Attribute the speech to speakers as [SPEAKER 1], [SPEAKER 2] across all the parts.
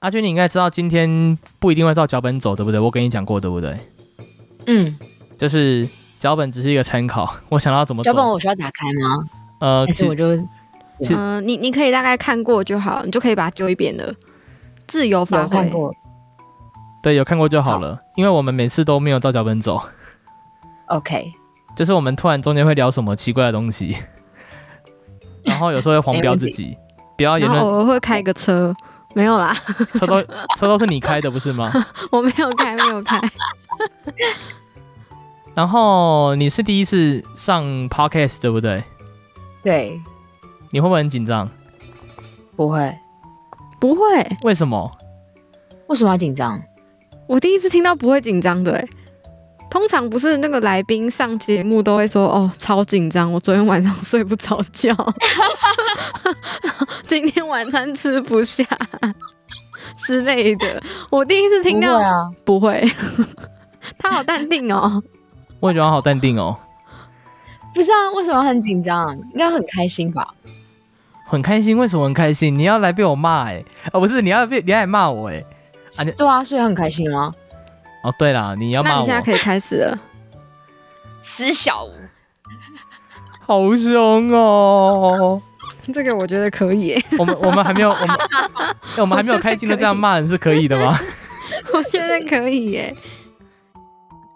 [SPEAKER 1] 阿军，你应该知道今天不一定会照脚本走，对不对？我跟你讲过，对不对？
[SPEAKER 2] 嗯，
[SPEAKER 1] 就是脚本只是一个参考， 我想到怎么
[SPEAKER 2] 脚本
[SPEAKER 1] 走，
[SPEAKER 2] 我需要打开吗？
[SPEAKER 1] 呃，
[SPEAKER 2] 还是
[SPEAKER 1] 其
[SPEAKER 2] 我就
[SPEAKER 1] 是
[SPEAKER 3] 嗯、你你可以大概看过就好，你就可以把它丢一边了，自由发
[SPEAKER 2] 有看
[SPEAKER 3] 挥。
[SPEAKER 2] 过
[SPEAKER 1] 对有看过就好了，因为我们每次都没有照脚本走，
[SPEAKER 2] ？OK，
[SPEAKER 1] 就是我们突然中间会聊什么奇怪的东西， 然后有时候会黄标自 己，不要言
[SPEAKER 3] 然后
[SPEAKER 1] 论
[SPEAKER 3] 偶尔会开个车， 没有啦，
[SPEAKER 1] 车都车都是你开的不是 吗？
[SPEAKER 3] 我没有开，没有开。
[SPEAKER 1] 然后你是第一次上 podcast 对不对？
[SPEAKER 2] 对，
[SPEAKER 1] 你会不会很紧张？
[SPEAKER 2] 不会，
[SPEAKER 3] 不会，
[SPEAKER 1] 为什么？
[SPEAKER 2] 为什么要紧张？
[SPEAKER 3] 我第一次听到不会紧张的、欸。通常不是那个来宾上节目都会说哦超紧张，我昨天晚上睡不着觉， 今天晚餐吃不下 之类的。我第一次听
[SPEAKER 2] 不
[SPEAKER 3] 到
[SPEAKER 2] 会啊，
[SPEAKER 3] 不会， 他好淡定哦。
[SPEAKER 1] 我也觉得好淡定哦，
[SPEAKER 2] 不是啊，为什么很紧张？应该很开心吧？
[SPEAKER 1] 很开心。为什么很开心？你要来被我骂哎、哦不是，你要被你要来骂我哎、啊你
[SPEAKER 2] 对啊，所以很开心啊。
[SPEAKER 1] 哦对啦，你要
[SPEAKER 3] 那
[SPEAKER 1] 骂
[SPEAKER 3] 你
[SPEAKER 1] 我
[SPEAKER 3] 现，在可以开始了。
[SPEAKER 2] 死小吴，
[SPEAKER 1] 好凶哦。
[SPEAKER 3] 这个我觉得可以、
[SPEAKER 1] 我们我们还没有我们、哎我们还没有开心的这样骂人是可以的吗？
[SPEAKER 3] 我觉得可以耶、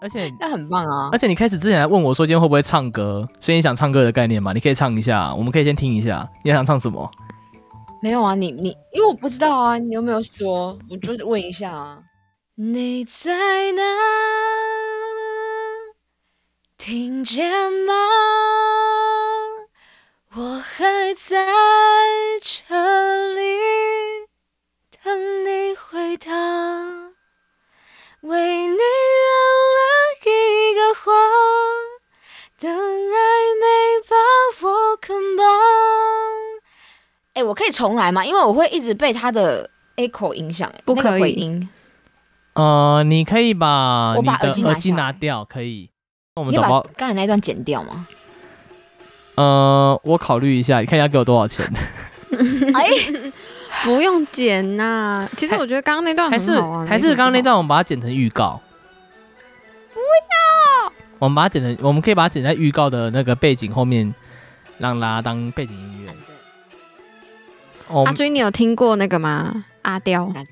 [SPEAKER 1] 而且
[SPEAKER 2] 那很棒啊
[SPEAKER 1] 而。且你开始之前还问我说今天会不会唱歌，所以你想唱歌的概念嘛？你可以唱一下，我们可以先听一下，你还想唱什么？
[SPEAKER 2] 没有啊，你你，因为我不知道啊，你有没有说？我就是问一下啊。你在哪？听见吗？我还在这里等你回答，为你圆了一个谎，等爱没把我捆绑。哎、我可以重来吗？因为我会一直被他的 echo 影响、欸，
[SPEAKER 3] 不可以
[SPEAKER 2] 那个回音。
[SPEAKER 1] 呃，你可以把
[SPEAKER 2] 我
[SPEAKER 1] 你
[SPEAKER 2] 把
[SPEAKER 1] 的
[SPEAKER 2] 耳机拿
[SPEAKER 1] 耳机
[SPEAKER 2] 下
[SPEAKER 1] 拿
[SPEAKER 2] 来
[SPEAKER 1] 掉，可以。那我们
[SPEAKER 2] 你可以
[SPEAKER 1] 找
[SPEAKER 2] 把
[SPEAKER 1] 包，
[SPEAKER 2] 刚才那一段剪掉吗？
[SPEAKER 1] 呃，我考虑一下，你看一下给我多少钱？
[SPEAKER 2] 哎、
[SPEAKER 3] 不用剪呐、其实我觉得刚刚那段
[SPEAKER 1] 还
[SPEAKER 3] 很
[SPEAKER 1] 是
[SPEAKER 3] 好啊，
[SPEAKER 1] 还
[SPEAKER 3] 没什
[SPEAKER 1] 是
[SPEAKER 3] 么
[SPEAKER 1] 刚刚那
[SPEAKER 3] 不好
[SPEAKER 1] 段，我们把它剪成预告。不要，我们把它剪成，我们可以把它剪在预告的那个背景后面，让大家当背景音乐。哦
[SPEAKER 3] 阿，军，你有听过那个吗？阿刁，
[SPEAKER 2] 哪个？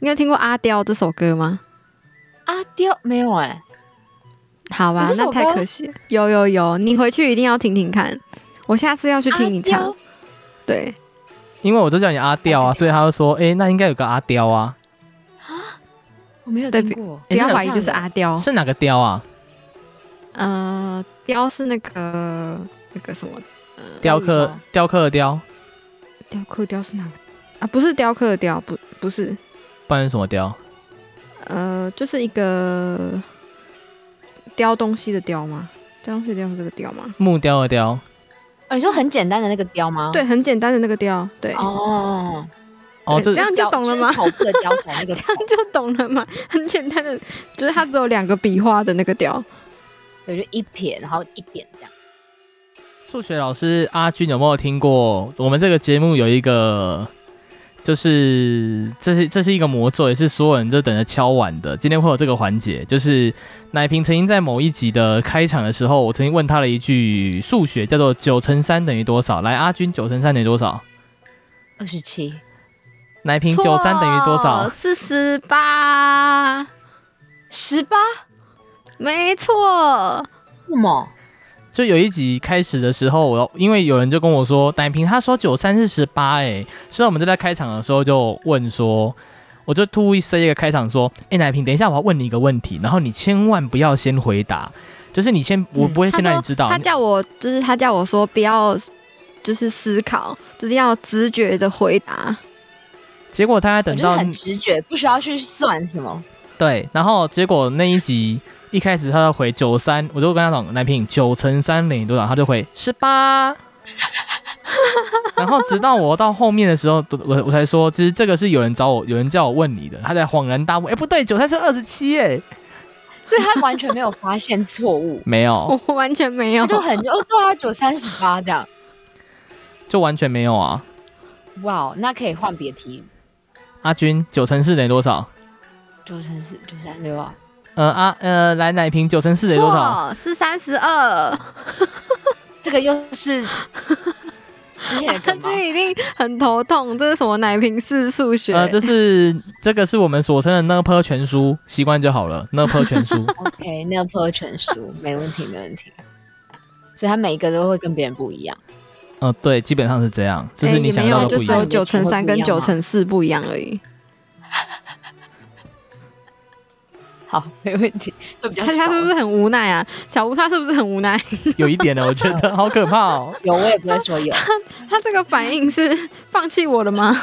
[SPEAKER 3] 你有听过阿刁这首歌吗？
[SPEAKER 2] 阿刁没有哎、
[SPEAKER 3] 好吧
[SPEAKER 2] 有这，首
[SPEAKER 3] 那太
[SPEAKER 2] 歌
[SPEAKER 3] 可惜了。有有有，你回去一定要听听看。我下次要去听你
[SPEAKER 2] 阿
[SPEAKER 3] 唱
[SPEAKER 2] 刁。
[SPEAKER 3] 对，
[SPEAKER 1] 因为我都叫你阿刁啊，所以他就说，哎、那应该有个阿刁啊，
[SPEAKER 2] 我没有
[SPEAKER 3] 对
[SPEAKER 2] 听过。
[SPEAKER 3] 不
[SPEAKER 1] 诶
[SPEAKER 3] 要
[SPEAKER 1] 是
[SPEAKER 3] 怀疑，就是阿刁。
[SPEAKER 1] 是哪个刁啊？
[SPEAKER 3] 呃，刁是那个那个什么
[SPEAKER 1] 雕
[SPEAKER 2] 我
[SPEAKER 1] 刻
[SPEAKER 2] 不知道
[SPEAKER 1] 雕刻的雕，
[SPEAKER 3] 雕刻雕是哪个啊？不是雕刻的雕，不不是，
[SPEAKER 1] 不然是什么雕？
[SPEAKER 3] 呃，就是一个雕东西的雕吗？雕东西的雕是这个雕吗？
[SPEAKER 1] 木雕的雕，
[SPEAKER 2] 哦，你说很简单的那个雕吗？
[SPEAKER 3] 对，。很简单的那个雕，对，
[SPEAKER 2] 哦，
[SPEAKER 1] 哦，
[SPEAKER 3] 对
[SPEAKER 1] 这
[SPEAKER 3] 这样就
[SPEAKER 2] 雕
[SPEAKER 3] 懂了吗
[SPEAKER 2] 就是？头部的雕手 那个头，
[SPEAKER 3] 就懂了嘛，很简单的，就是它只有两个笔画的那个雕。
[SPEAKER 2] 对，就一撇，然后一点这样。
[SPEAKER 1] 数学老师阿军有没有听过？我们这个节目有一个，就是这是这是一个魔咒，也是所有人都等着敲碗的。今天会有这个环节，就是奶瓶曾经在某一集的开场的时候，我曾经问他了一句数学，叫做九乘三等于多少？来，阿军，九乘三等于多少？
[SPEAKER 2] 二十七，
[SPEAKER 1] 奶瓶
[SPEAKER 3] 啊
[SPEAKER 1] 九三等于多少？
[SPEAKER 3] 四十八，
[SPEAKER 2] 十八，
[SPEAKER 3] 没错。
[SPEAKER 2] 什么？
[SPEAKER 1] 就有一集开始的时候，我因为有人就跟我说，奶瓶他说九三是十八，哎，所以我们就在开场的时候就问说，我就突一塞一个开场说，哎、奶瓶，等一下我要问你一个问题，然后你千万不要先回答，就是你先，我
[SPEAKER 2] 嗯
[SPEAKER 1] 不会
[SPEAKER 3] 他
[SPEAKER 1] 先让
[SPEAKER 3] 说
[SPEAKER 1] 你知道，
[SPEAKER 3] 他叫我就是他叫我说不要，就是思考，就是要直觉的回答。
[SPEAKER 1] 结果他
[SPEAKER 2] 我
[SPEAKER 1] 等
[SPEAKER 2] 觉得
[SPEAKER 1] 到
[SPEAKER 2] 很直觉，不需要去算什 么。
[SPEAKER 1] 对，然后结果那一集一开始他要回九三，我就跟他讲奶瓶九乘三等于多少，他就回十 八。然后直到我到后面的时候，我我才说，其实这个是有人找我，有人叫我问你的，他才恍然大悟，哎，不对，九三是二十七，哎，，
[SPEAKER 2] 所以他完全没有发现错误
[SPEAKER 1] 没有，
[SPEAKER 3] 我完全 没有
[SPEAKER 2] 他，就很哦，对啊，九三十八这样。
[SPEAKER 1] 就完全没有啊。
[SPEAKER 2] 哇哦，那可以换别题，
[SPEAKER 1] 阿军九乘四等于多少？
[SPEAKER 2] 九乘四九三六啊，
[SPEAKER 1] 呃阿呃来奶瓶九乘四等于多少？
[SPEAKER 3] 错是三十二，
[SPEAKER 2] 这个又是 机器人
[SPEAKER 3] 他
[SPEAKER 2] 梗吗
[SPEAKER 3] 就一定很头痛。这是什么奶瓶式数学？
[SPEAKER 1] 呃，这是这个是我们所称的那破全书，习惯就好了。那破全 书，
[SPEAKER 2] ？OK，那破全书没问题，没问题。所以他每一个都会跟别人不一样。
[SPEAKER 1] 呃，对，基本上是这样，就是
[SPEAKER 3] 哎
[SPEAKER 1] 你
[SPEAKER 3] 也
[SPEAKER 1] 想
[SPEAKER 3] 没有
[SPEAKER 1] 到
[SPEAKER 3] 啊，
[SPEAKER 1] 的
[SPEAKER 3] 就
[SPEAKER 1] 不一
[SPEAKER 3] 是
[SPEAKER 1] 样。
[SPEAKER 3] 有九乘三跟
[SPEAKER 2] 你的
[SPEAKER 3] 九
[SPEAKER 2] 钱会
[SPEAKER 3] 乘四不一样而已。
[SPEAKER 2] 好，没问题，就比较
[SPEAKER 3] 他他
[SPEAKER 2] 少
[SPEAKER 3] 是不。是很无奈啊？小吴他是不是很无奈？
[SPEAKER 1] 有一点呢，我觉得好可怕哦。
[SPEAKER 2] 有，我也不会说有。
[SPEAKER 3] 他这个反应是放弃我了吗？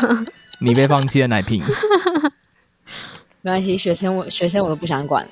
[SPEAKER 1] 你被放弃的奶瓶，
[SPEAKER 2] 没关系，学生我学生我都不想管。